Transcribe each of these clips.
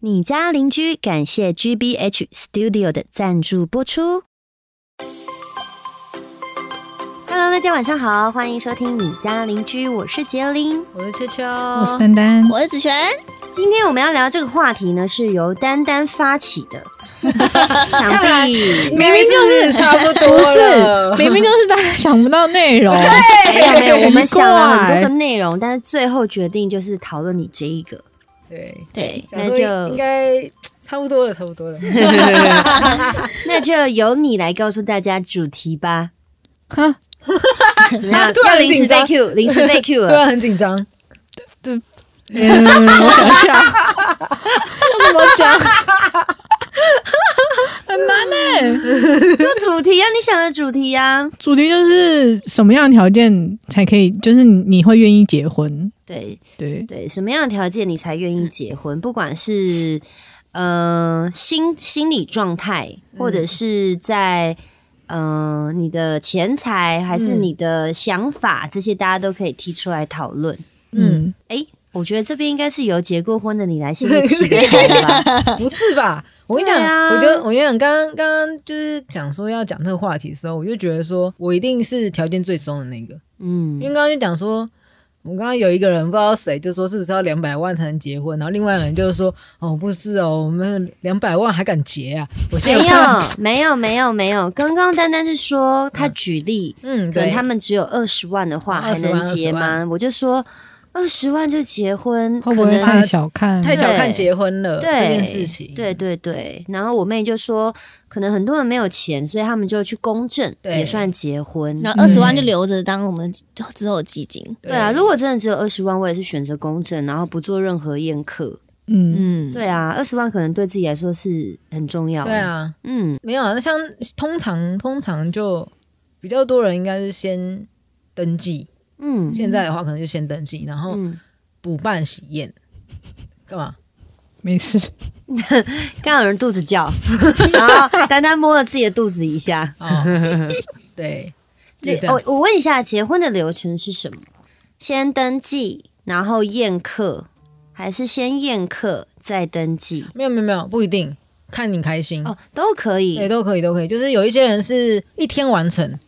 你家邻居感谢 GBH Studio 的赞助播出。Hello，大家晚上好，欢迎收听《你家邻居》，我是杰林。我是秋秋，我是丹丹，我是子璇，今天我们要聊这个话题呢，是由丹丹发起的， 想必明明就是差不 不多是，了，明明就是大家想不到内 容，没哎有哎没有，我们奇想怪了很多个内容，但是最后决定就是讨论你这一个。对，对，那就应该差不多了，差不 多了。？那就由你来告诉大家主题吧。哈怎么样 突要然临时紧被张啊 Q，临时被 Q 突了。然很紧张，嗯，我想一下，要怎么讲？很难呢、就主题啊，你想的主题啊。欸主题就是什么样的条件才可以，就是你你会愿意结婚？对对，对，什么样的条件你才愿意结婚？不管是呃心心理状态，或者是在。嗯、你的钱财还是嗯你的想法，这些大家都可以提出来讨论。嗯，哎、我觉得这边应该是由结过婚的你来心里起个头吧。嗯不是吧？我跟你讲，对啊我觉得我跟你讲，刚刚刚刚就是讲说要讲这个话题的时候，我就觉得说我一定是条件最松的那个，嗯因为，刚刚就讲说。我们刚刚有一个人不知道谁就说是不是要两百万才能结婚，然后另外一个人就是说哦不是哦，我们两百万还敢结啊？我没现在有，没有，没有，没有。刚刚丹丹是说他举例，嗯，可能对，他们只有二十万的话， 20还能结20吗？我就说二十万就结婚，会可不会能太小看？太小看对结婚了这对件事情，对对对。然后我妹就说，可能很多人没有钱，所以他们就去公证，对也算结婚。然后二十万嗯就留着当我们之后的基金。对啊，如果真的只有二十万，我也是选择公证，然后不做任何宴客。嗯，嗯，对啊，二十万可能对自己来说是很重要。对，啊，嗯，没有啊，那像通常通常就比较多人应该是先登记，嗯，现在的话可能就先登记，然后嗯，补办喜宴，干嘛？没事，刚刚有人肚子 叫，然后丹丹摸了自己的肚子一下。哦， 对，就是这我样。我问一下，结婚的流程是什么？先登记，然后宴客，还是先宴客再登记？没有没有没有，不一定，看你开心，哦，都可嗯对，以都可以都可以。就是有一些人是一天完成，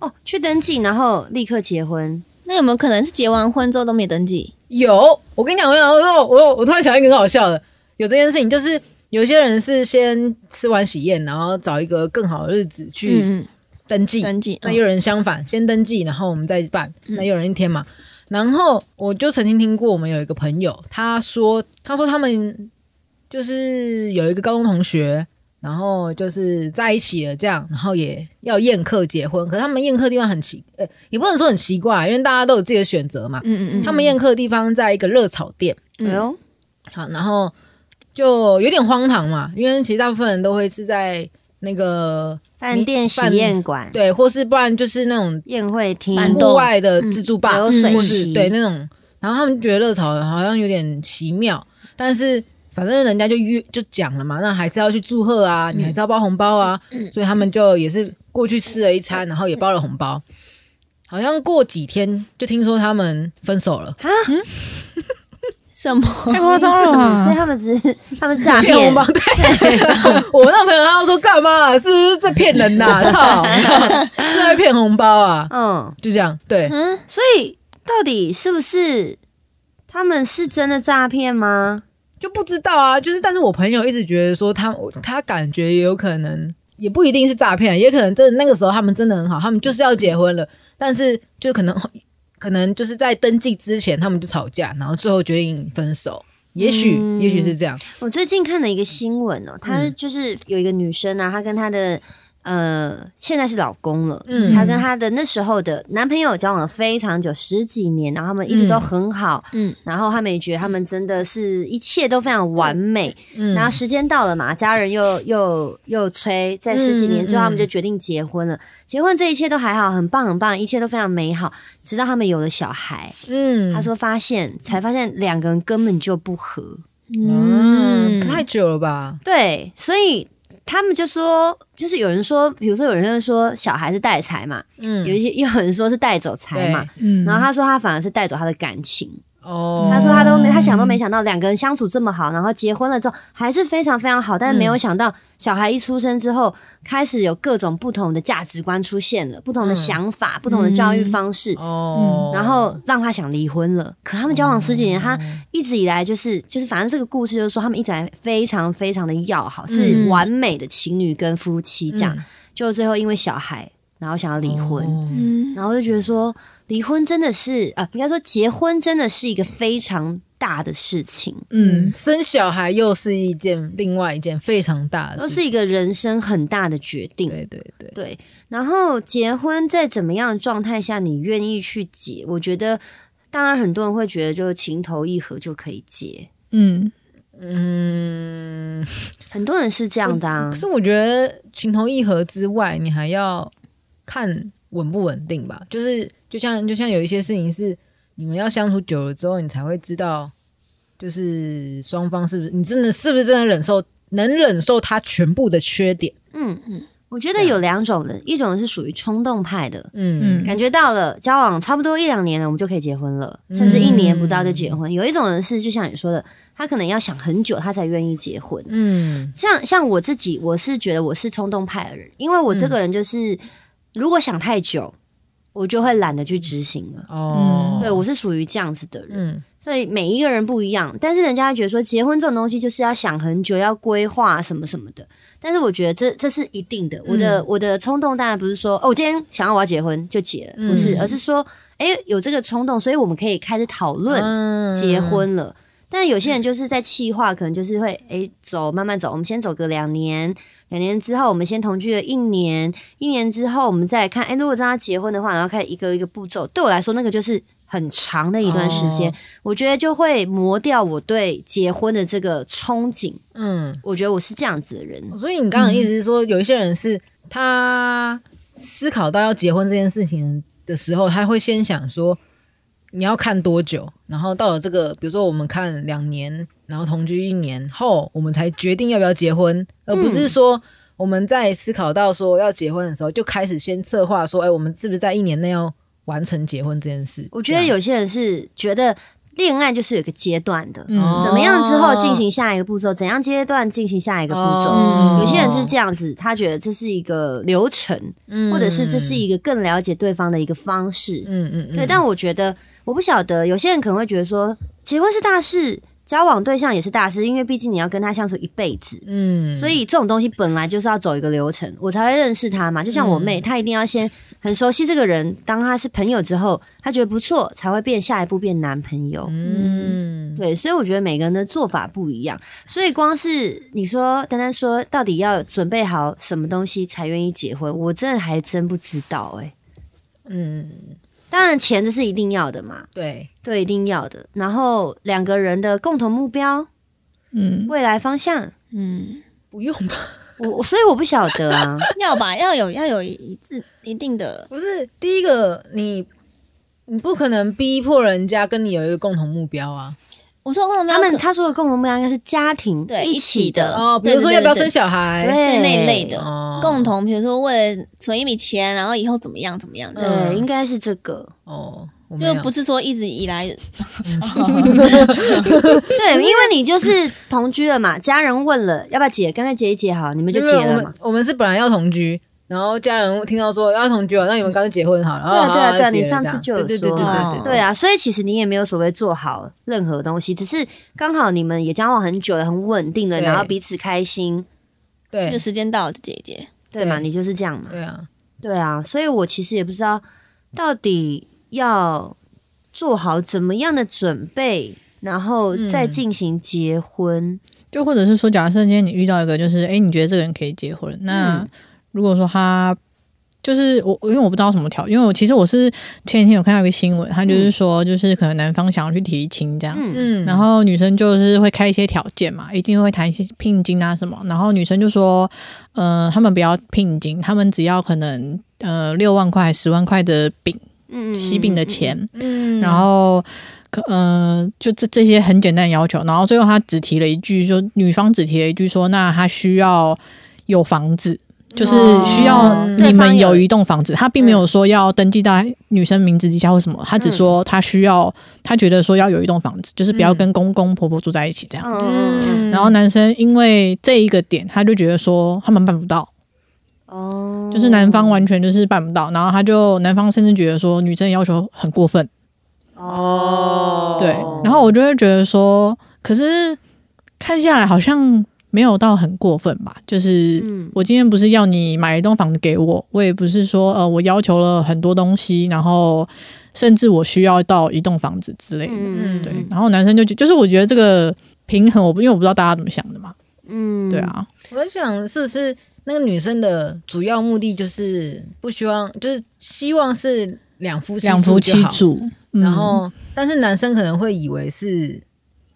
哦，去登记，然后立刻结婚。那有没有可能是结完婚之后都没登记？有，我跟你讲，我跟你讲，我我我突然想到一个很好笑的，有这件事情，就是有些人是先吃完喜宴，然后找一个更好的日子去嗯，登记，登记。那有人相反，先登记，然后我们再办。那有人一天嘛，然后我就曾经听过，我们有一个朋友，他说，他说他们就是有一个高中同学，然后就是在一起了，这样，然后也要宴客结婚。可是他们宴客的地方很奇，呃，也不能说很奇怪，因为大家都有自己的选择嘛。嗯嗯他们宴客的地方在一个热炒店，哎呦，好，然后就有点荒唐嘛，因为其实大部分人都会是在那个饭店、喜饭宴馆、对，或是不然就是那种宴会厅，板嗯户豆外的自助吧，流或嗯水是席对那种，然后他们觉得热炒好像有点奇妙，但是反正人家就约就讲了嘛，那还是要去祝贺啊，嗯你还是要包红包啊，所以他们就也是过去吃了一餐，然后也包了红包。好像过几天就听说他们分手了，什么？啊太夸张了哦所以吧？他们只是他们诈嗯 骗啊骗红。包。对，我那朋友他就说干嘛、是不是在骗人呐、 操，是在骗红包啊？嗯，就这样，对，嗯，所以到底是不是他们是真的诈骗吗？就不知道啊，就是但是我朋友一直觉得说他他感觉也有可能，也不一定是诈骗，也可能真的那个时候他们真的很好，他们就是要结婚了，但是就可能可能就是在登记之前他们就吵架，然后最后决定分手。也许、嗯也许是这样，我最近看了一个新闻哦，她嗯就是有一个女生啊，她跟她的呃现在是老公了，嗯她跟她的那时候的男朋友交往了非常久，十几年，然后他们一直都很好，嗯嗯，然后他们也觉得他们真的是一切都非常完美，嗯然后时间到了嘛，家人又又又催，在十几年之后嗯嗯他们就决定结婚了，结婚这一切都还好，很棒很棒，一切都非常美好，直到他们有了小孩，嗯她说发现才发现两个人根本就不合。嗯，太久了吧？对，所以他们就说，就是有人说，比如说有人就说小孩是带财嘛，嗯有一些又有人说是带走财嘛，对 嗯，然后他说他反而是带走他的感情，哦，他说他都没，他想都没想到两个人相处这么好，然后结婚了之后还是非常非常好，但是没有想到小孩一出生之后，开始有各种不同的价值观出现了，不同的想法，不同的教育方式，哦，嗯然后让他想离婚了。可他们交往十几年，他一直以来就是就是，反正这个故事就是说，他们一直来非常非常的要好，是完美的情侣跟夫妻这嗯样。就最后因为小孩，然后想要离婚。婚，嗯，然后就觉得说，离婚真的是啊、呃应该说结婚真的是一个非常大的事情，嗯，生小孩又是一件另外一件非常大的都事是情，一个人生很大的决定。对对对，对，然后结婚在怎么样的状态下你愿意去结？我觉得，当然很多人会觉得，就是情投意合就可以结，嗯，嗯，很多人是这样的啊可。是我觉得情投意合之外，你还要看稳不稳定吧。就是就像就像有一些事情是你们要相处久了之后，你才会知道，就是双方是不是你真的是不是真的忍受能忍受他全部的缺点。嗯嗯，我觉得啊有两种人，一种是属于冲动派的，嗯感觉到了交往差不多一两年了，我们就可以结婚了，甚至一年不到就结婚。有一种人是就像你说的，他可能要想很久，他才愿意结婚。嗯像像我自己，我是觉得我是冲动派的人，因为我这个人就是、如果想太久，我就会懒得去执行了。哦，对我是属于这样子的人，嗯所以每一个人不一样。但是人家会觉得说，结婚这种东西就是要想很久，要规划什么什么的。但是我觉得这这是一定的。我嗯的、我的冲动当然不是说哦，我今天想要我要结婚就结了，不是，嗯而是说，哎，有这个冲动，所以我们可以开始讨论。嗯结婚了。但有些人就是在气化，可能就是会诶、走慢慢走，我们先走个两年，两年之后我们先同居了一年，一年之后我们再来看，诶、如果真的要结婚的话，然后开始一个一个步骤。对我来说，那个就是很长的一段时间，哦我觉得就会磨掉我对结婚的这个憧憬。嗯。我觉得我是这样子的人，所以你刚刚的意思是说，有一些人是他思考到要结婚这件事情的时候，他会先想说你要看多久，然后到了这个，比如说我们看两年，然后同居一年后，我们才决定要不要结婚，而不是说我们在思考到说要结婚的时候，就开始先策划说，哎、我们是不是在一年内要完成结婚这件事？我觉得这样有些人是觉得恋爱就是有一个阶段的，嗯怎么样之后进行下一个步骤，怎样阶段进行下一个步骤。哦有些人是这样子，他觉得这是一个流程，嗯或者是这是一个更了解对方的一个方式。嗯嗯嗯，对，但我觉得我不晓得，有些人可能会觉得说，结婚是大事，交往对象也是大事，因为毕竟你要跟他相处一辈子。嗯，所以这种东西本来就是要走一个流程，我才会认识他嗯嘛。就像我妹，她一定要先很熟悉这个人，当他是朋友之后，她觉得不错，才会变下一步变男朋友。嗯对，所以我觉得每个人的做法不一样，所以光是你说丹丹说到底要准备好什么东西才愿意结婚，我真的还真不知道哎、嗯当然钱这是一定要的嘛，对，对，一定要的。然后两个人的共同目标、 嗯，未来方向，嗯，不用吧。 我我所以我不晓得 啊，要吧，要有要有一致一定的，不是第一个，你你不可能逼迫人家跟你有一个共同目标啊。我说我他们他说的共同目标应该是家庭对一一起起的，的哦，比如说对对对要不要生对小孩？对对那一类的哦共同，比如说为了存一笔钱，然后以后怎么样怎么样对，的，应该是这个，哦，我没就有不是说一直以来对，因为你就是同居了嘛，家人问了要不要结，干脆结一结好，你们就因结为我了们嘛。我们是本来要同居，然后家人听到说要同居了，那你们干脆结婚好了。对啊，对啊，哦对啊，好你结了上这次样就有对对说对对啊对对对啊，所以其实你也没有所谓做好任何东西，只是刚好你们也交往很久了，很稳定了，对然后彼此开心，对就对时间到了就结一结，对嘛？对你就是这样嘛？对啊，对啊，所以我其实也不知道到底要做好怎么样的准备，然后再进行结婚。就或者是说，假设今天你遇到一个，就是哎、诶你觉得这个人可以结婚，那嗯如果说他就是我，因为我不知道什么条，因为我其实我是前几天有看到一个新闻，他就是说，就是可能男方想要去提亲这样。嗯嗯，然后女生就是会开一些条件嘛，一定会谈一些聘金啊什么。然后女生就说，呃，他们不要聘金，他们只要可能呃六万块、十万块的饼，嗯喜饼的钱，嗯然后可呃，就这这些很简单的要求，然后最后他只提了一句说，女方只提了一句说，那他需要有房子，就是哦需要对你方们有有一栋房子，他并没有说要登记在女生名字底下或什么，他只说嗯他需要，他觉得说要有一栋房子，就是不要跟公公婆婆住在一起这样。嗯嗯然后男生因为这一个点，他就觉得说他们办不到，哦，就是男方完全就是办不到，然后他就男方甚至觉得说女生要求很过分，哦，对，然后我就会觉得说，可是看下来好像没有到很过分吧，就是。嗯我今天不是要你买一栋房子给我，我也不是说呃我要求了很多东西，然后甚至我需要到一栋房子之类的。嗯对，然后男生就觉就是我觉得这个平衡，我不因为我不知道大家怎么想的嘛。嗯对，啊，我在想，是不是那个女生的主要目的就是不希望，就是希望是两夫妻两夫住妻就好住，嗯然后但是男生可能会以为是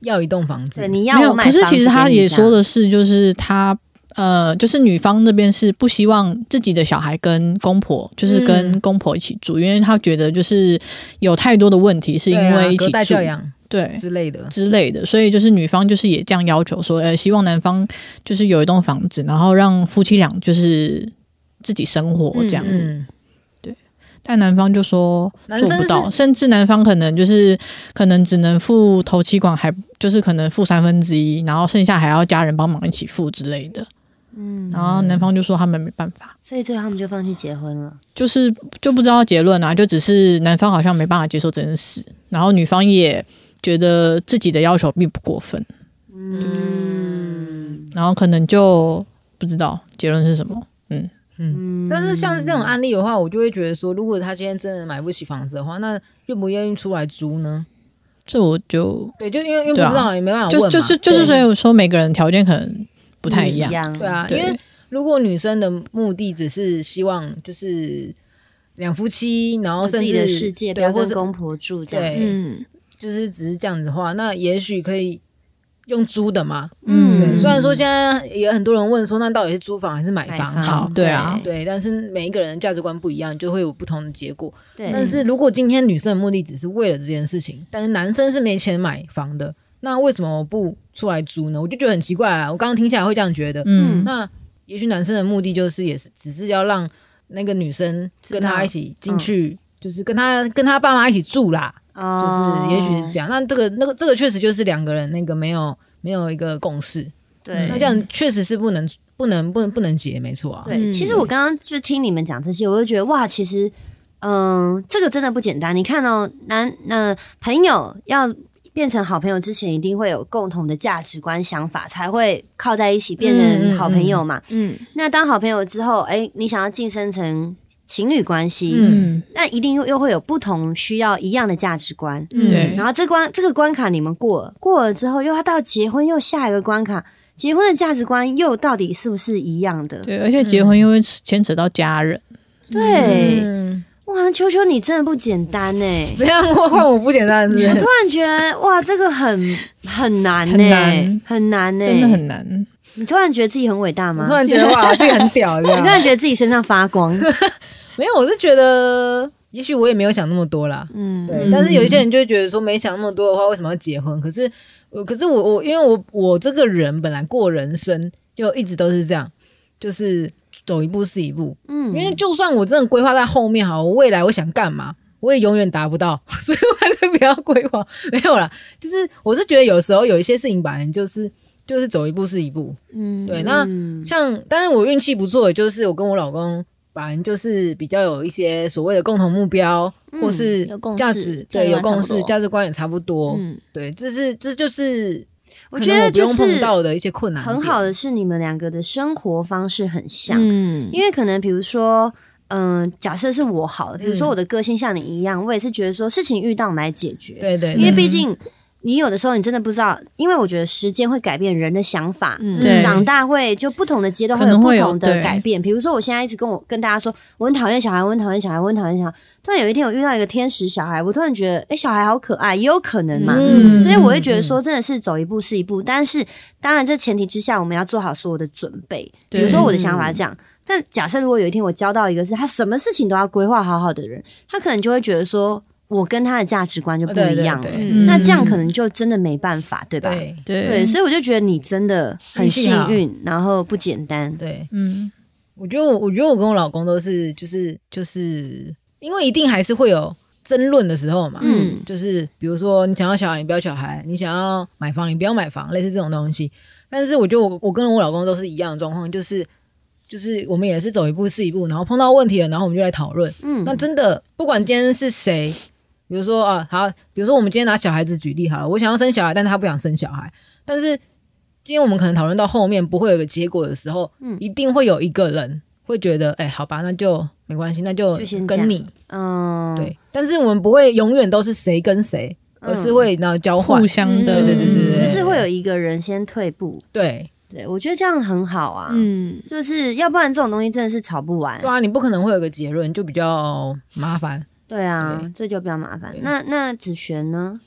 要一栋房子对，，你没要有，我买可房子给是你这样，其实他也说的是，就是他呃，就是女方那边是不希望自己的小孩跟公婆，就是嗯跟公婆一起住，因为他觉得就是有太多的问题是因对啊为一隔起代住，教养对之类的。之类的，所以就是女方就是也这样要求说，呃，希望男方就是有一栋房子，然后让夫妻俩就是自己生活这样。嗯，但男方就说男做生不到，是甚至男方可能就是可能只能付头期款还，就是可能付三分之一，然后剩下还要家人帮忙一起付之类的。嗯，然后男方就说他们没办法，所以最后他们就放弃结婚了。就是就不知道结论啊，就只是男方好像没办法接受这件事，然后女方也觉得自己的要求并不过分。嗯然后可能就不知道结论是什么。嗯但是像是这种案例的话，我就会觉得说，如果他今天真的买不起房子的话，那愿不愿意出来租呢？这我就对，就因为因为不对啊知道，也没办法问就嘛。就是就是，所以我说每个人条件可能不太嗯一样。对啊，因对为如果女生的目的只是希望就是两夫妻，然后有自甚己的世至界，不对，要或跟是公婆住这样。对嗯，就是只是这样子的话，那也许可以用租的嘛。嗯对，虽然说现在也很多人问说，那到底是租房还是买房买好房？对啊对，但是每一个人的价值观不一样，就会有不同的结果。对，但是如果今天女生的目的只是为了这件事情，但是男生是没钱买房的，那为什么我不出来租呢？我就觉得很奇怪啊！我刚刚听下来会这样觉得。嗯，那也许男生的目的就是也是只是要让那个女生知跟道嗯他一起进去，就是跟他跟他爸妈一起住啦。哦就是也许是这样。那这个那个这个确实就是两个人那个没有没有一个共识，对，那这样确实是不能不能不能不能结，没错啊。对，其实嗯我刚刚就听你们讲这些，我就觉得哇，其实，嗯，这个真的不简单。你看哦，男，那、朋友要变成好朋友之前，一定会有共同的价值观、想法，才会靠在一起嗯变成好朋友嘛。嗯，那当好朋友之后，哎、你想要晋升成情侣关系，嗯那一定又又会有不同需要一样的价值观。嗯对然后这关这个关卡你们过了，过了之后又要到结婚，又下一个关卡，结婚的价值观又到底是不是一样的？对，而且结婚又会牵扯到家人，对，嗯，哇，秋秋，你真的不简单呢！ 这样换换我不简单是不我突是？然觉得，哇，这个很很难呢、很难很难呢、真的很难。你突然觉得自己很伟大我吗？突然觉得哇，这个很屌，这 你突样然觉得自己身上发 光？没有，我是觉得也许我也没有想那么多啦。嗯，对，嗯但是有一些人就会觉得说没想那么多的话，为什么要结婚？可是我，可是我我因为我我这个人本来过人生就一直都是这样，就是走一步是一步。嗯因为就算我真的规划在后面好，我未来我想干嘛，我也永远达不到， 所以我还是不要规划。没有啦，就是我是觉得有时候有一些事情吧，就是就是走一步是一步。嗯，对。那嗯像，但是我运气不错，就是我跟我老公。反正就是比较有一些所谓的共同目标，嗯或是有共识价值，价对，值观有共差不识，多价值观也差不多，嗯对，这是这就是我可觉能得不就用碰是到的一些困难点，很好的是，你们两个的生活方式很像，嗯，因为可能比如说。嗯，假设是我好了，比如说嗯我的个性像你一样，我也是觉得说事情遇到我们来解决。对，对因为对，毕竟你有的时候你真的不知道，因为我觉得时间会改变人的想法，嗯对长大会就不同的阶段可会有能不会有同的对改变。比如说，我现在一直跟我跟大家说，我很讨厌小孩，我很讨厌小孩，我很讨厌小孩。突然有一天，我遇到一个天使小孩，我突然觉得，哎、小孩好可爱，也有可能嘛。嗯所以我会觉得说，真的是走一步是一步，但是当然这前提之下，我们要做好所有的准备。比对如说嗯我的想法是这样，但假设如果有一天我交到一个是他什么事情都要规划好好的人，他可能就会觉得说我跟他的价值观就不一样了。对对对嗯那这样可能就真的没办法，对吧？对对啊对，所以我就觉得你真的很幸运，然后不简单。对，嗯，我觉得我，我觉得我跟我老公都是，就是就是，因为一定还是会有争论的时候嘛，嗯就是比如说你想要小孩，你不要小孩；你想要买房，你不要买房，类似这种东西。但是我觉得我我跟我老公都是一样的状况，就是就是我们也是走一步是一步，然后碰到问题了，然后我们就来讨论。嗯那真的不管今天是谁，比如说啊，好，比如说我们今天拿小孩子举例好了，我想要生小孩，但他不想生小孩，但是今天我们可能讨论到后面不会有一个结果的时候，嗯一定会有一个人会觉得，哎、好吧，那就没关系，那就就先跟你嗯，对，但是我们不会永远都是谁跟谁，嗯，而是会然后交换互，相的，嗯对对对对对就是会有一个人先退步。对，对，我觉得这样很好啊。嗯，就是要不然这种东西真的是吵不完对。啊，你不可能会有个结论，就比较麻烦。对啊对，这就比较麻烦对。那那子璇呢？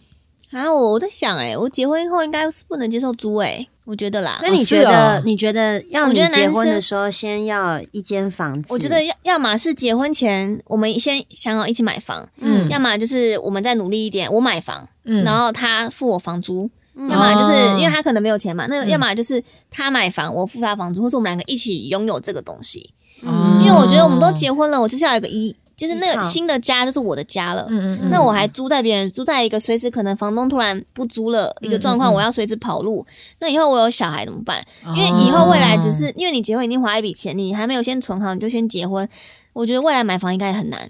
啊，我我在想、欸，哎，我结婚后应该是不能接受租、欸，哎，我觉得啦所，以你是觉得啊你觉得要我你觉得结男婚的生时候，先要一间房子？我觉得要要么是结婚前我们先想好一起买房，嗯要么就是我们再努力一点，我买房，嗯，然后他付我房租，嗯要么就是哦因为他可能没有钱嘛，那嗯要么就是他买房，我付他房租，或是我们两个一起拥有这个东西。嗯因为我觉得我们都结婚了，我就是要有一个一，就是那依个靠新的家就是我的家了。嗯嗯嗯，那我还租在别人，租在一个随时可能房东突然不租了一个状况，嗯嗯嗯我要随时跑路。那以后我有小孩怎么办？因因为以后未来只哦是因为你结婚已经花一笔钱，你还没有先存好，你就先结婚。我觉得未来买房应该也很难，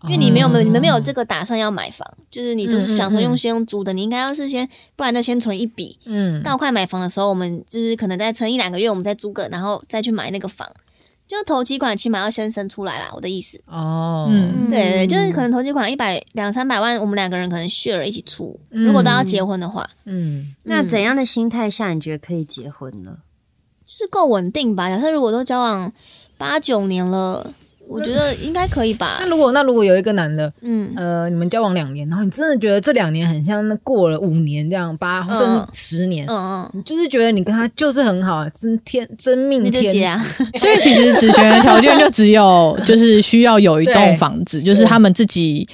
哦因为你没有没有你们没有这个打算要买房，就是你都是想说嗯嗯嗯嗯用先用租的，你应该要是先，不然再先存一笔，嗯到快买房的时候，我们就是可能再撑一两个月，我们再租个，然后再去买那个房。就头期款起码要先生出来啦，我的意思。哦，嗯对，就是可能头期款一百两三百万，我们两个人可能 share 一起出。嗯如果都要结婚的话，嗯那嗯怎样的心态下你觉得可以结婚呢？就是够稳定吧？假设如果都交往八九年了，我觉得应该可以吧那。如果那如果有一个男的，嗯，呃，你们交往两年，然后你真的觉得这两年很像那过了五年这样，八嗯甚至十年，嗯嗯，你就是觉得你跟他就是很好，真天真命那就天结啊子，！所以其实子璇的条件就只有就是需要有一栋房子，就是他们自己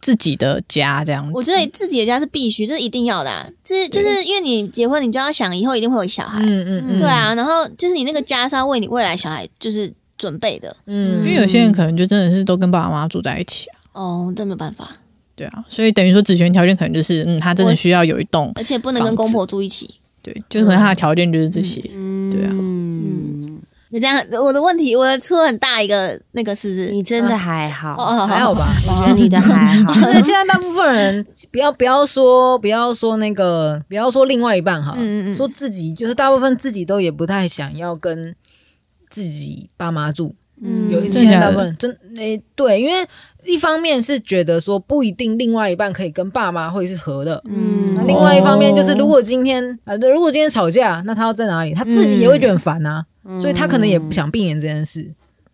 自己的家这样子。我觉得自己的家是必须，这是一定要的、啊。这就是因为你结婚，你就要想以后一定会有小孩，嗯嗯嗯，对，啊。然后就是你那个家是要为你未来小孩就是准备的。嗯，因为有些人可能就真的是都跟爸爸妈妈住在一起啊，哦，这没有办法，对啊，所以等于说子璇条件可能就是，嗯，他真的需要有一栋，而且不能跟公婆住一起。对，就是可能他的条件就是这些，嗯对啊嗯，你这样，我的问题，我的出了很大一个那个是不是？你真的还好，哦哦我哦还好吧。觉得你的还好。因为现在大部分人，不要不要说不要说那个，不要说另外一半哈，嗯嗯嗯说自己就是大部分自己都也不太想要跟自己爸妈住，嗯有一真现的在假大的部分人真诶、对，因为一方面是觉得说不一定另外一半可以跟爸妈会是合的，嗯哦那哦另外一方面就是如果今天呃对如果今天吵架，那他要在哪里，他嗯自己也会觉得很烦啊，所以他可能也不想避免这件事。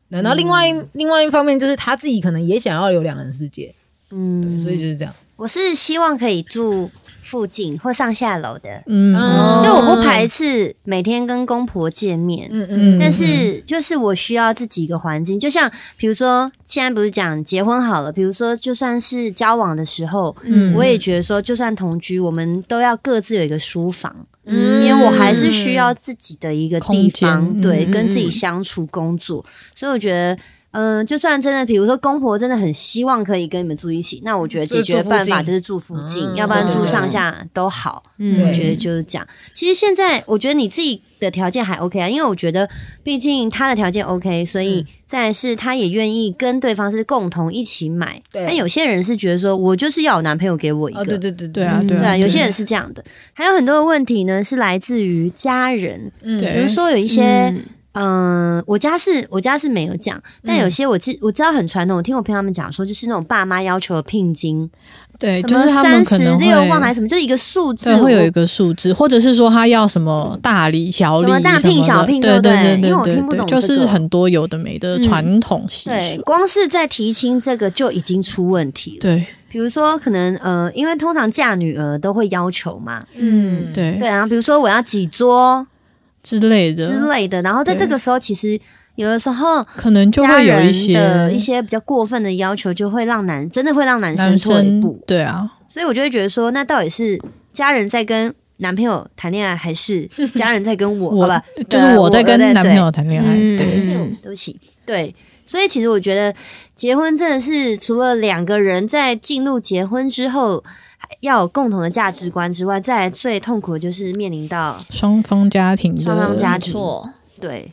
那嗯然后另外一、另外一方面就是他自己可能也想要有两人世界，对，嗯所以就是这样。我是希望可以住附近或上下楼的，嗯，嗯就我不排斥每天跟公婆见面，嗯嗯，但是就是我需要自己一个环境，就像比如说现在不是讲结婚好了，比如说就算是交往的时候，嗯我也觉得说就算同居，我们都要各自有一个书房，嗯因为我还是需要自己的一个地空方，间对，嗯跟自己相处工作，所以我觉得。嗯，就算真的，比如说公婆真的很希望可以跟你们住一起，那我觉得解决办法就是住附近，嗯要不然住对上下都好。对嗯我觉得就是这样。其实现在我觉得你自己的条件还 OK 啊，因为我觉得毕竟他的条件 OK，所嗯以再来是他也愿意跟对方是共同一起买。嗯对但有些人是觉得说我就是要有男朋友给我一哦，对个。对对对啊，嗯对对啊，啊，有些人是这样的，还有很多的问题呢，是来自于家人，嗯比如对说有一一些，嗯、我家是我家是没有讲，但嗯有些我知我知道很传统，我听我朋友他们讲说，就是那种爸妈要求的聘金，对，什就么是他三们可十能会六万还是什么，就是一个数字，对，会有我一个数字，或者是说他要什么大礼、小礼什么大聘什么的小聘对对不对对因为我对听不对懂就这是个很多有的没的嗯传统习对，俗。光是在提亲这个就已经出问题了。对比如说，可能呃，因为通常嫁女儿都会要求嘛，嗯对对，然啊后比如说我要几桌之类之的，类的，然后在对这个时候，其实有的时候可能就家会有人一些的一些比较过分的要求，就会让男真的会让男生男退生步，对啊，所以我就会觉得说，那到底是家人在跟男朋友谈恋爱，还是家人在跟 我？好我吧，就是呃我在跟男朋。对友谈恋爱，嗯对，嗯，对不起，对，所以其实我觉得结婚真的是除了两个人在进入结婚之后还要有共同的价值观之外，再来最痛苦的就是面临到双方家庭的，嗯双方家嗯没庭。错，对，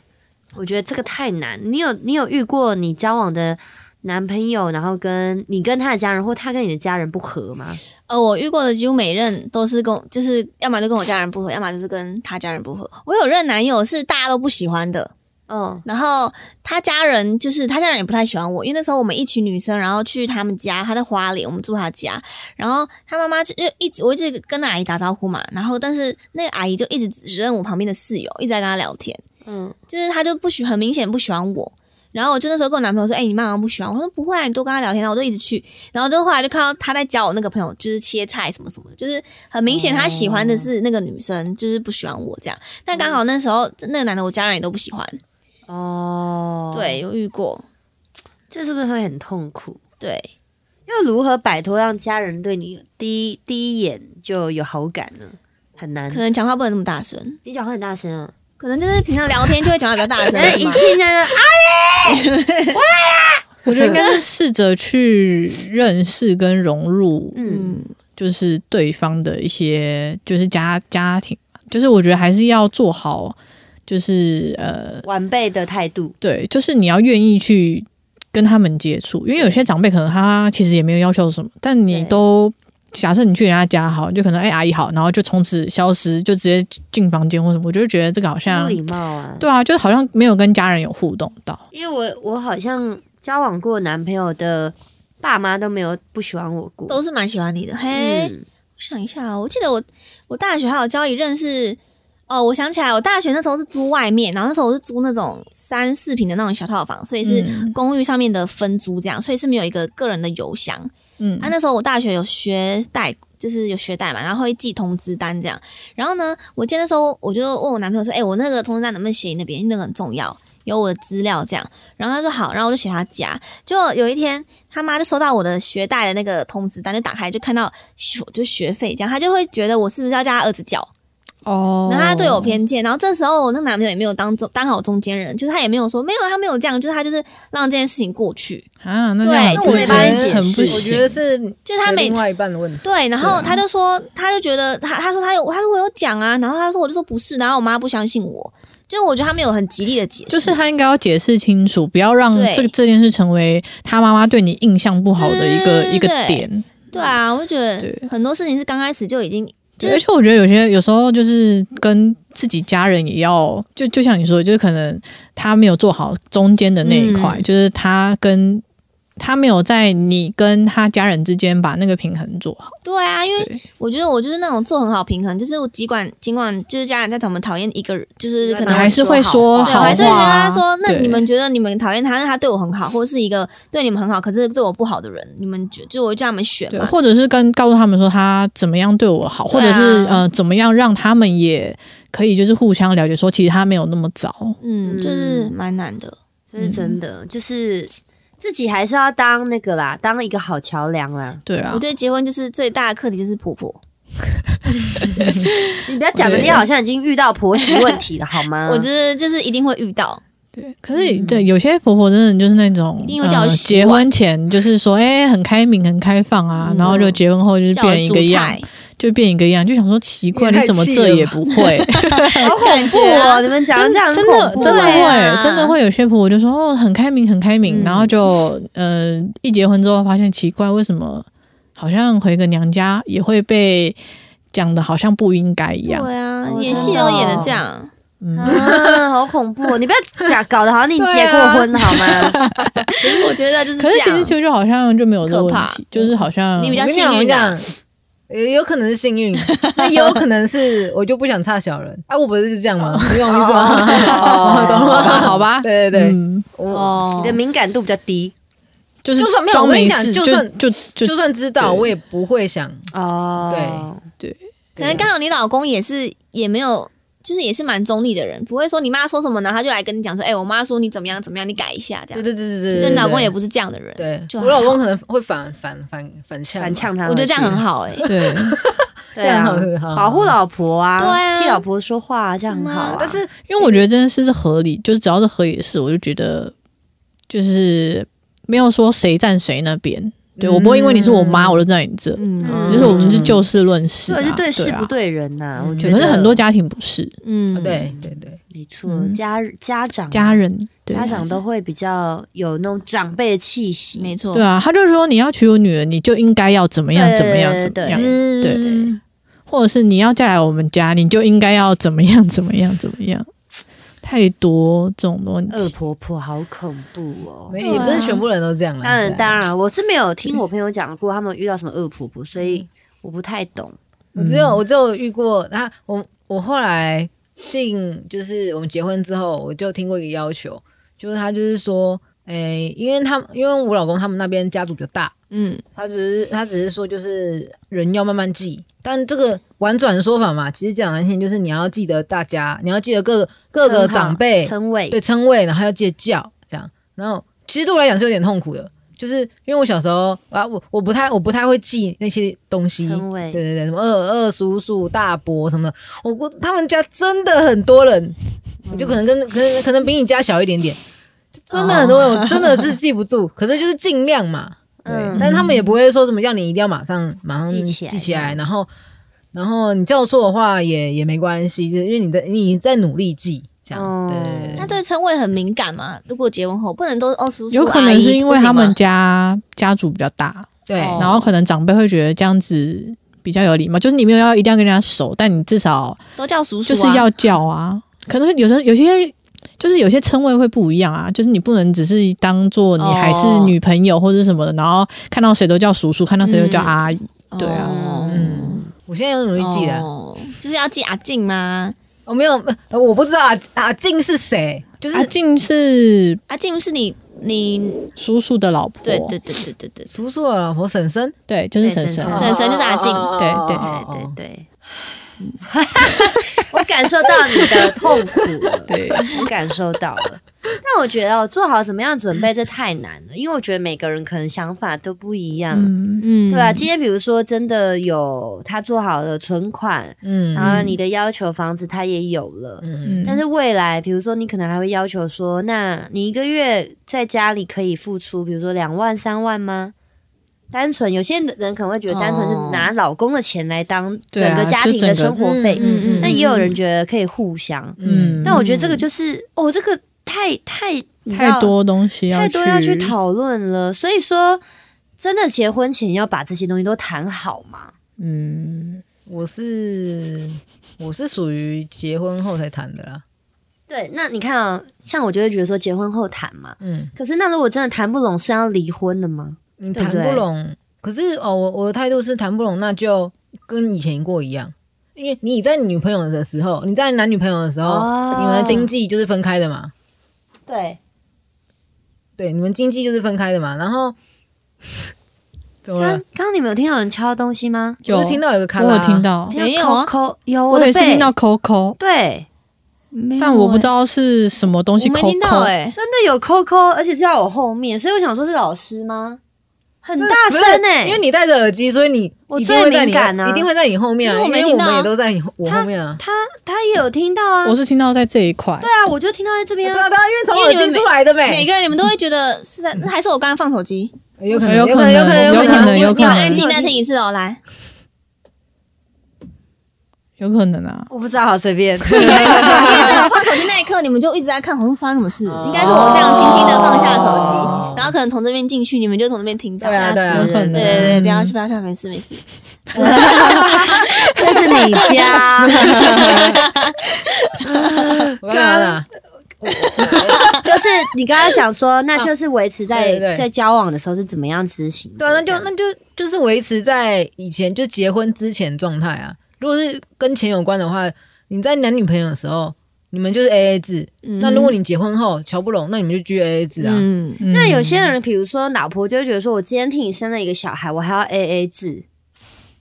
我觉得这个太难。你有你有遇过你交往的男朋友，然后跟你跟他的家人或他跟你的家人不和吗？呃，我遇过的几乎每任都是跟我，就是要么就跟我家人不合，要么就是跟他家人不合。我有任男友是大家都不喜欢的，嗯然后他家人就是他家人也不太喜欢我，因为那时候我们一群女生，然后去他们家，他在花莲，我们住他家，然后他妈妈就就一直我一直跟那阿姨打招呼嘛，然后但是那个阿姨就一直指认我旁边的室友，一直在跟他聊天，嗯，就是他就不喜很明显不喜欢我。然后我就那时候跟我男朋友说：“哎、你妈好像不喜欢我。”我说：“不会、啊，你多跟他聊天。”然后我就一直去，然后就后来就看到他在教我那个朋友，就是切菜什么什么的，就是很明显他喜欢的是那个女生，就是不喜欢我这样。但刚好那时候那个男的，我家人也都不喜欢，哦，对，，有遇过，这是不是会很痛苦？对，要如何摆脱让家人对你第一第一眼就有好感呢？很难可。能讲话不能那么大声，你讲话很大声啊，可能就是平常聊天就会讲话比较大 声然后一嘛。进来就啊，我觉得应 该是试着去认识跟融入，嗯，嗯，就是对方的一些，就是家家庭，就是我觉得还是要做好，就是呃，晚辈的态度，对，就是你要愿意去跟他们接触，因为有些长辈可能他其实也没有要求什么，但你对都假设你去人家家好，就可能哎、阿姨好，然后就从此消失，就直接进房间或什么，我就觉得这个好不像礼貌啊。对啊，就好像没有跟家人有互动到。因为我我好像交往过男朋友的爸妈都没有不喜欢我过，都是哎蛮喜欢你的。嘿，嗯我想一下哦，我记得我我大学还有交一任是，哦，我想起来，我大学那时候是租外面，然后那时候我是租那种三四平的那种小套房，所以是嗯公寓上面的分租这样，所以是没有一个个人的邮箱。嗯啊，那时候我大学有学贷，就是有学贷嘛，然后会寄通知单这样。然后呢，我记得那时候我就问我男朋友说：“哎、我那个通知单能不能写你那边？因为那个很重要，有我的资料这样。”然后他说好，然后我就写他家。就有一天，他妈就收到我的学贷的那个通知单，就打开就看到学就学费这样，他就会觉得我是不是要叫他儿子缴？哦，然后他对我偏见，然后这时候我那个男朋友也没有当中当好中间人，就是他也没有说没有，他没有这样，就是他就是让这件事情过去。啊，那对这样就我没觉办法得解很释不我我觉行得。是就是他每另外一半的问题。对，然啊后他就说，他就觉得他他说他有他说我有讲啊，然后他说我就说不是，然后我妈不相信我，就我觉得他没有很极力的解释，就是他应该要解释清楚，不要让对这这件事成为他妈妈对你印象不好的一个对一个对点。对啊，我就觉得对很多事情是刚开始就已经就对而是且我觉得有些有时候就是跟自己家人也要，就就像你说的，就是可能他没有做好中间的那一块，嗯就是他跟他没有在你跟他家人之间把那个平衡做好。对啊，因为对我觉得我就是那种做很好平衡，就是我尽管尽管就是家人在他们讨厌一个人，就是可那能还是会说说好话对，好我还是会跟话啊他说，那对你们觉得你们讨厌他，那他对我很好，或是一个对你们很好，可是对我不好的人，你们觉就我叫他们选对，嘛，或者是跟告诉他们说他怎么样对我好，或对啊者是呃怎么样让他们也可以就是互相了解，说其实他没有那么糟。嗯嗯，就是蛮难的，这是真的，就是自己还是要当那个啦，当一个好桥梁啦。对啊我，觉得结婚就是最大的课题就是婆婆。你不要讲的对你好像已经遇到婆媳问题了，好吗？ 我觉得就是一定会遇到，对，可是嗯对有些婆婆真的就是那种一定会叫我呃洗碗结婚前就是说哎、很开明很开放啊嗯，然后就结婚后就是叫我变一煮个样菜，，就变一个样，就想说奇怪也太你怎么气这了也不会， 好恐怖感觉哦！啊你们讲得真这样哦真的真的欸会、啊真的会有些婆婆就说哦很开明很开明，嗯然后就呃一结婚之后发现奇怪为什么好像回个娘家也会被讲的好像不应该一样，对啊哦，演戏真的都哦演的这样，嗯，啊，好恐怖、哦！你不要假搞得好像你对结过啊婚好吗？我觉得就是可这是其实样。就就好像就没有这个问可怕题，就是好像你比我较跟你幸讲，我跟你运啊讲，也有可能是幸运，那也有可能是我就不想差小人啊，我不是就这样吗？你懂我意思吗？哦，懂好了吧吗？好吧， 对对对，嗯，我哦你的敏感度比较低就是就算没有装我跟没你讲事就就算就就就算知道，对我也不会想。哦。可能刚好你老公也是也没有，就是也是蛮中立的人，不会说你妈说什么，然后他就来跟你讲说，哎、我妈说你怎么样怎么样，你改一下对这样。对对对对对，就对你老公也不是这样的人，对，就我还好老公可能会反反反反呛，反呛他，我觉得这样很。好哎、对，对啊这样很好，嗯保护老婆啊，对啊替老婆说话、啊，这样很好、啊嗯。但是因为我觉得这件事是合理，就是只要是合理的事，我就觉得就是没有说谁站谁那边。对我不会因为你是我妈，我就站你这。嗯就是我们是就事论事、这啊，个是对事啊不。对人呐、嗯我觉对得可是很多家庭不是嗯，对对对，没错，嗯家家长家人，对家长都会比较有那种长辈的气息，没错，对啊，他就是说你要娶我女儿，你就应该要怎么样怎么样怎么对样，嗯对或者是你要嫁来我们家，你就应该要怎么样怎么样怎么样，太多这种问恶题。婆婆好恐怖哦。没也不是全部人都这样啦。当然，对啊当然，我是没有听我朋友讲过他们遇到什么恶婆婆，所嗯以我不太懂。我只嗯有我只有遇过，然后我我后来进就是我们结婚之后，我就听过一个要求，就是他就是说，诶、因为他因为我老公他们那边家族比较大，嗯，他只是他只是说就是人要慢慢记，但这个婉转的说法嘛，其实讲难听就是你要记得大家，你要记得各个各个称号长辈称谓，对称谓，然后要记得叫这样。然后其实对我来讲是有点痛苦的，就是因为我小时候啊，我我不太我不太会记那些东西，称谓对对对，什么二二叔叔、大伯什么的，我我他们家真的很多人，我就可能跟可能可能比你家小一点点，就真的很多人，哦我真的是记不住，可是就是尽 量嘛，对，嗯但是他们也不会说什么要你一定要马上马上记起来这样然后然后你叫错的话也也没关系，就是因为你的你在努力记。这样，哦对对对他对称谓很敏感嘛。如果结婚后不能都哦叔叔，有可阿能姨是因为不行他吗们家家族比较大，对，哦然后可能长辈会觉得这样子比较有礼貌，就是你没有要一定要跟人家熟，但你至少都叫叔叔、就啊，是要叫啊。可能有时候有些就是有些称谓会不一样啊，就是你不能只是当做你还是女朋友或者什么的，然后看到谁都叫叔叔，看到谁都叫阿姨。对啊哦嗯，我现在要努力记了。哦就是要记阿静吗？我没有，呃我不知道阿阿静是谁，就是阿啊静是阿静是你你叔叔的老婆，对对对对对对，叔叔的老婆婶婶，对就是对婶婶婶啊婶。婶就是阿静哦对哦对哦哦对哦对对， 我感受到你的痛苦了，对，我感受到了。但我觉得哦做好怎么样准备，这太难了，因为我觉得每个人可能想法都不一样。嗯，嗯对啊，今天比如说真的有他做好了存款，嗯然后你的要求房子他也有了，嗯但是未来比如说你可能还会要求说，那你一个月在家里可以付出，比如说两万三万吗？单纯有些人可能会觉得单纯是哦拿老公的钱来当对啊整个家庭的就整生个活费，嗯嗯嗯那也有人觉得可以互相。嗯嗯但我觉得这个就是哦，这个太太你知道太多东西要太去多要去讨论了，所以说真的结婚前要把这些东西都谈好嘛。嗯，我是我是属于结婚后才谈的啦，对，那你看啊、像我就会觉得说结婚后谈嘛，嗯，可是那如果真的谈不拢，是要离婚的吗？你对谈不对不拢，可是哦，我我的态度是谈不拢，那就跟以前过一样，因为你在你女朋友的时候，你在男女朋友的时候，哦你们的经济就是分开的嘛，对，对，你们经济就是分开的嘛，然后 怎么刚了？刚刚你们有听到有人敲东西吗？有我是听到有个卡拉，我有听，到，没有啊扣扣有我的也是背听到 Coco，对，没有但我不知欸，道是什么东西我没听到 Coco。哎，真的有扣扣，而且就在我后面，所以我想说是老师吗？很大不声欸是呢、因为你戴着耳机，所以你我一定会在最你敏感啊一定会在你后面啊，可是我因没为听我到啊们也都在你后我他后面啊。他他也有听到啊，我是听到在这一块对，啊，我就听到在这对边啊，啊，对啊，因为从耳机出来的每呗，个人你们都会觉得是在，那还是我刚刚放手机，有可有有可能有能，有可能啊有有可你可能能们安静再听一次哦，来，有可能啊。我不知道，好随 便。因为在我放手机那一刻，你们就一直在看，好像发生什么事，哦应该是我这样轻轻的放下手哦机，然后可能从这边进去，你们就从那边听到，对啊，对啊有，可能，对对对，不要不要笑，没事没事， 这是你家，我刚刚啊， 就是你刚刚讲说，那就是维持在、对对对在交往的时候是怎么样执行的？ 对啊，那就这样那就就是维持在以前就结婚之前状态啊。如果是跟钱有关的话，你在男女朋友的时候，你们就是 A A 制。那如果你结婚后瞧不拢，那你们就 G A A 制啊。嗯，嗯那有些人，比如说老婆就会觉得说，我今天替你生了一个小孩，我还要 A A 制，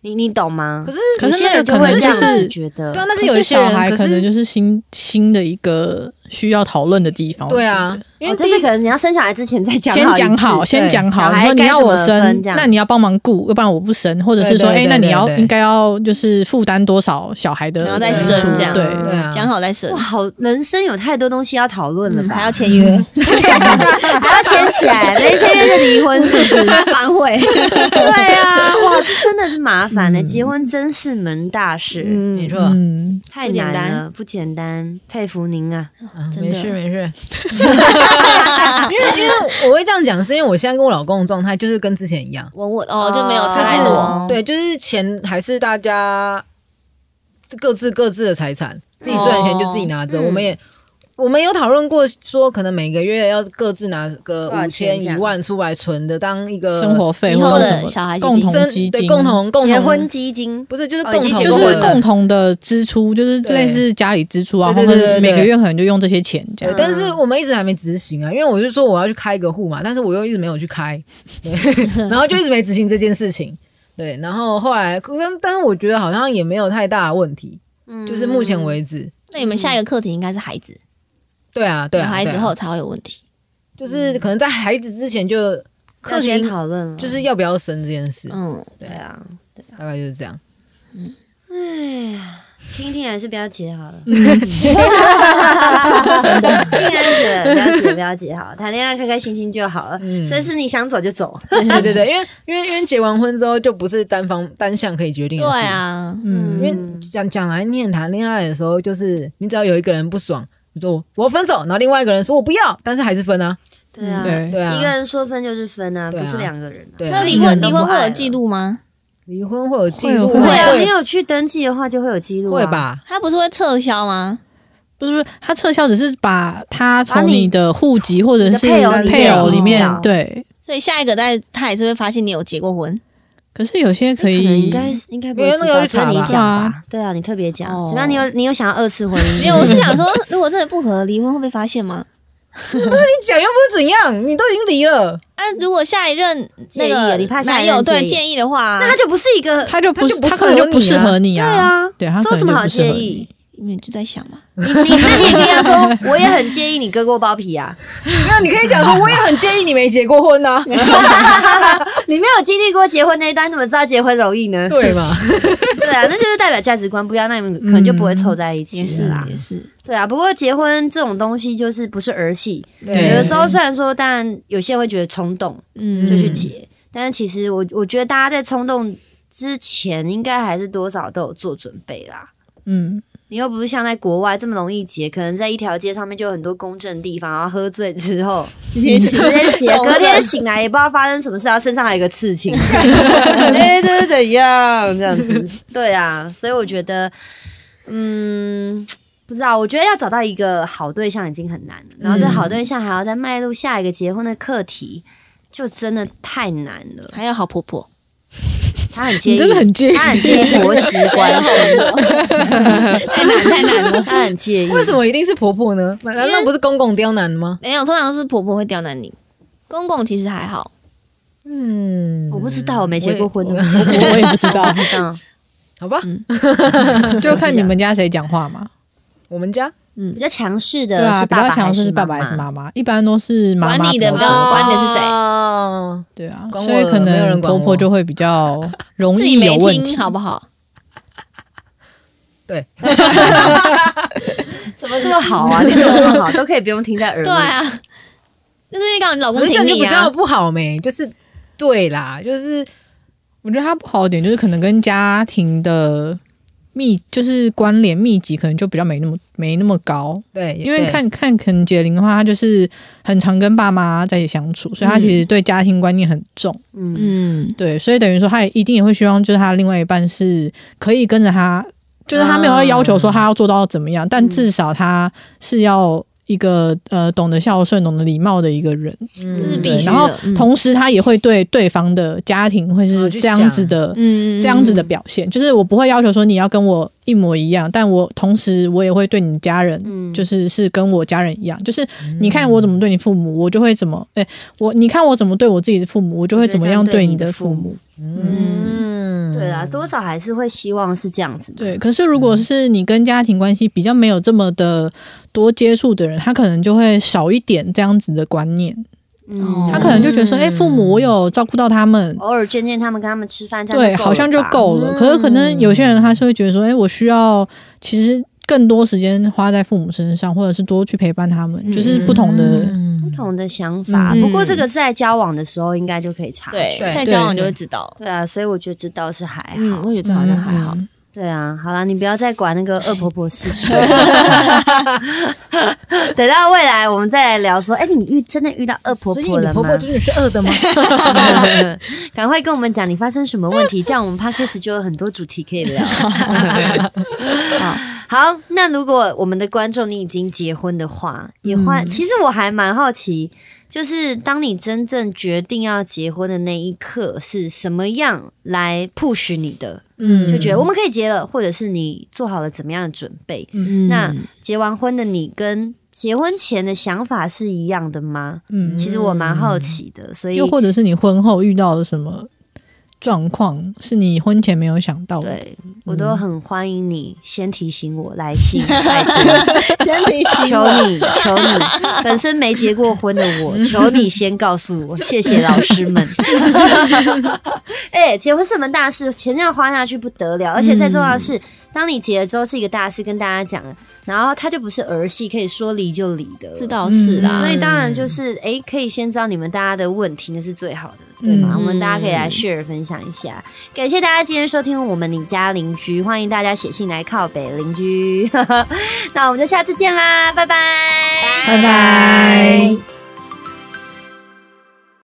你你懂吗？可是可有是些那个人就可会能这就样子是觉对啊得，，哦但是可有一些小人孩可可能是就是新新的一个需要讨论的地方。对我啊觉得，因为哦第这是一可能你要生小孩之前再讲好一先次，讲好，先讲小好。孩你说你该要怎我么生分这，样那你要帮忙顾，要不然我不生，或者是对说，对哎，对那你要对对应该要就是负担多少小孩的然后再支生出这样对，对啊，讲好再生哇，，好，人生有太多东西要讨论了嗯吧？ 还要签约， 还要签起 来，没签约就离婚，是不是？反悔。对啊， 哇，这真的是麻烦呢、结婚真是门大事，没嗯，错，啊嗯，太不简难单了，不简单，佩服您啊！嗯真没的事没事。 因为因为我会这样讲，是因为我现在跟我老公的状态就是跟之前一样，稳稳哦，就没有哦差就太是、多。对，就是钱还是大家各自各自的财产，自己赚的钱就自己拿着。哦嗯我们也我们有讨论过，说可能每个月要各自拿个多少五钱千这一样万出来存的，当一个生活费以后或者的什么小孩基金共同基生金，对共同共同结婚基金不是就是哦共已经同结就婚是了共同的支出，就是对类似家里支出啊，对或对对者对是对每个月可能就用这些钱这对样。但嗯是我们一直还没执行啊，因为我就说我要去开一个户嘛，但是我又一直没有去开， 对然后就一直没执行这件事情。对，然后后来，可但但是我觉得好像也没有太大的问题，嗯就是目前为止，那你们下一个课题应该是孩子，对啊，对有啊，孩对子啊后才嗯会有问题。就是可能在孩子之前就要课题先讨论了，就是要不要生这件事，嗯，对啊，大概就是这样。 哎呀，听听还是不要结好 了。嗯听安姐，不要结，不要结好了，谈恋爱开开心心就好了。嗯随时你想走就走，对对对，因为因为因为结完婚之后就不是单方单向可以决定对的事，啊，嗯因为讲讲来念谈恋爱的时候，就是你只要有一个人不爽，你说我要分手，然后另外一个人说我不要，但是还是分啊，对啊，对对啊，一个人说分就是分啊，对啊不是两个人啊。对那啊，离嗯婚都离不婚会爱有了记录吗？离婚会有记会有录会有对吗，啊，你有去登记的话就会有记录啊，会？吧？他不是会撤销吗？不是不是，他撤销只是把他从把你哦你的户籍或者你的是配偶哦里面配偶里移面掉对。所以下一个在他也是会发现你有结过婚可是有些可可能应以，该应该不会因知为那个道，要去只有啊查吧你讲对吧。对啊，你特别讲，哦怎么样？你有你有想要二次婚姻？没有？我是想说，如果真的不合，离婚会被发现吗？你讲又不是怎样，你都已经离了，啊，如果下一任介那意个你怕下男一友任对介意建议的话， 那他就不是一个他就不他就不他可能就不适合你对啊，啊，对他这有可什么能就好不适介合你意。？你就在想嘛，你 你那你也跟他说， 我也很介意你割过包皮啊， 没有，你可以讲说我也很介意你没结过婚啊呐，你没有经历过结婚那一段，你怎么知道结婚容易呢？对 嘛？ 对啊，那就是代表价值观不一样，那你们可能就不会凑在一起了啦。嗯也是，对啊，不过结婚这种东西就是不是儿戏，对有的时候虽然说，但有些人会觉得冲动嗯就去结，但是其实我我觉得大家在冲动之前，应该还是多少都有做准备啦。嗯，你又不是像在国外这么容易结，可能在一条街上面就有很多公正地方，然后喝醉之后直接直接结，隔天醒来也不知道发生什么事，然后身上还有一个刺青， 哎、这是怎样？这样子，对啊，所以我觉得，嗯，不知道，我觉得要找到一个好对象已经很难了，然后这好对象还要再迈入下一个结婚的课题，就真的太难了。还有好婆婆，他很介你意，真的很介意他，很介意婆媳关系， 太难太难了。他很介意。为什么一定是婆婆呢？难道不是公公刁难吗？没有，通常都是婆婆会刁难你，公公其实还好。嗯，我不知道，我没结过婚呢， 我我也不知 我道不，知 道。好吧，就看你们家谁讲话嘛。我们家比较强势对的啊，是比爸较爸强势是爸妈爸还是妈妈妈，一般都是妈妈管你的比比较较多管你的是谁哦对啊，管我所以可没有人能管我婆婆就会比较 容是易你有没问题听，好不好？对，怎么这么好 啊？你怎么这么好，都可以不用听在耳里。对啊， 就是因为刚好你老公可是这样挺就你比较啊，不好没，就是对啦，就是我觉得它不好的点就是可能跟家庭的密就是关联密集，可能就比较没那么没那么高。对，因为对看看肯解玲的话，她就是很常跟爸妈在一起相处，所以她其嗯实对家庭观念很重。嗯，嗯，对，所以等于说她也一定也会希望就是她另外一半是可以跟着她，就是她没有要要求啊说她要做到怎么样，嗯但至少她是要。一个呃，懂得孝顺、懂得礼貌的一个人，这是嗯对，必须的。然后嗯同时他也会对对方的家庭会是哦去这样子的。嗯这样子的表现，就是我不会要求说你要跟我一模一样，但我同时我也会对你家人，嗯就是是跟我家人一样，就是你看我怎么对你父母，我就会怎么，哎、我你看我怎么对我自己的父母，我就会怎么样对你的父母。啊嗯，对啦，多少还是会希望是这样子。对，可是如果是你跟家庭关系比较没有这么的多接触的人，他可能就会少一点这样子的观念，嗯，他可能就觉得说，哎、父母我有照顾到他们，偶尔见见他们，跟他们吃饭，这样对，了好像就吧。够了。可是可能有些人他是会觉得说，哎、我需要其实更多时间花在父母身上，或者是多去陪伴他们，就是不同的。不嗯同的想法，嗯不过这个在交往的时候应该就可以察嗯对，觉。对在交往就会知道。对啊，所以我觉得知道是还嗯，好。我觉得好像还好。嗯对啊，好啦，你不要再管那个恶婆婆事 情。等到未来我们再来聊说，哎，你遇真的遇到恶婆所以婆你了婆吗？婆真的是恶 的吗？ 赶快跟我们讲你发生什么问题，这样我们 podcast 就有很多主题可以 聊。嗯好，那如果我们的观众你已经结婚的话，也嗯换。其实我还蛮好奇，就是当你真正决定要结婚的那一刻，是什么样来 push 你的？嗯就觉得我们可以结了，或者是你做好了怎么样的准备？嗯那结完婚的你跟结婚前的想法是一样的吗？嗯，其实我蛮好奇的，所以又或者是你婚后遇到了什么状况，是你婚前没有想到的。对我都很欢迎你先提醒我来信，拜托先提求你求你，本身没结过婚的我，求你先告诉我，谢谢老师们。哎、结婚是门大事，钱这样花下去不得了，而且最重要的是，当你结了之后是一个大事，跟大家讲了，然后它就不是儿戏，可以说离就离的，这倒是啦。所以嗯当然就是，哎、可以先知道你们大家的问题，那是最好的，对吗？嗯我们大家可以来 share 分享一下。感谢大家今天收听我们你家邻居，欢迎大家写信来靠北邻 居。那我们就下次见啦，拜拜，拜拜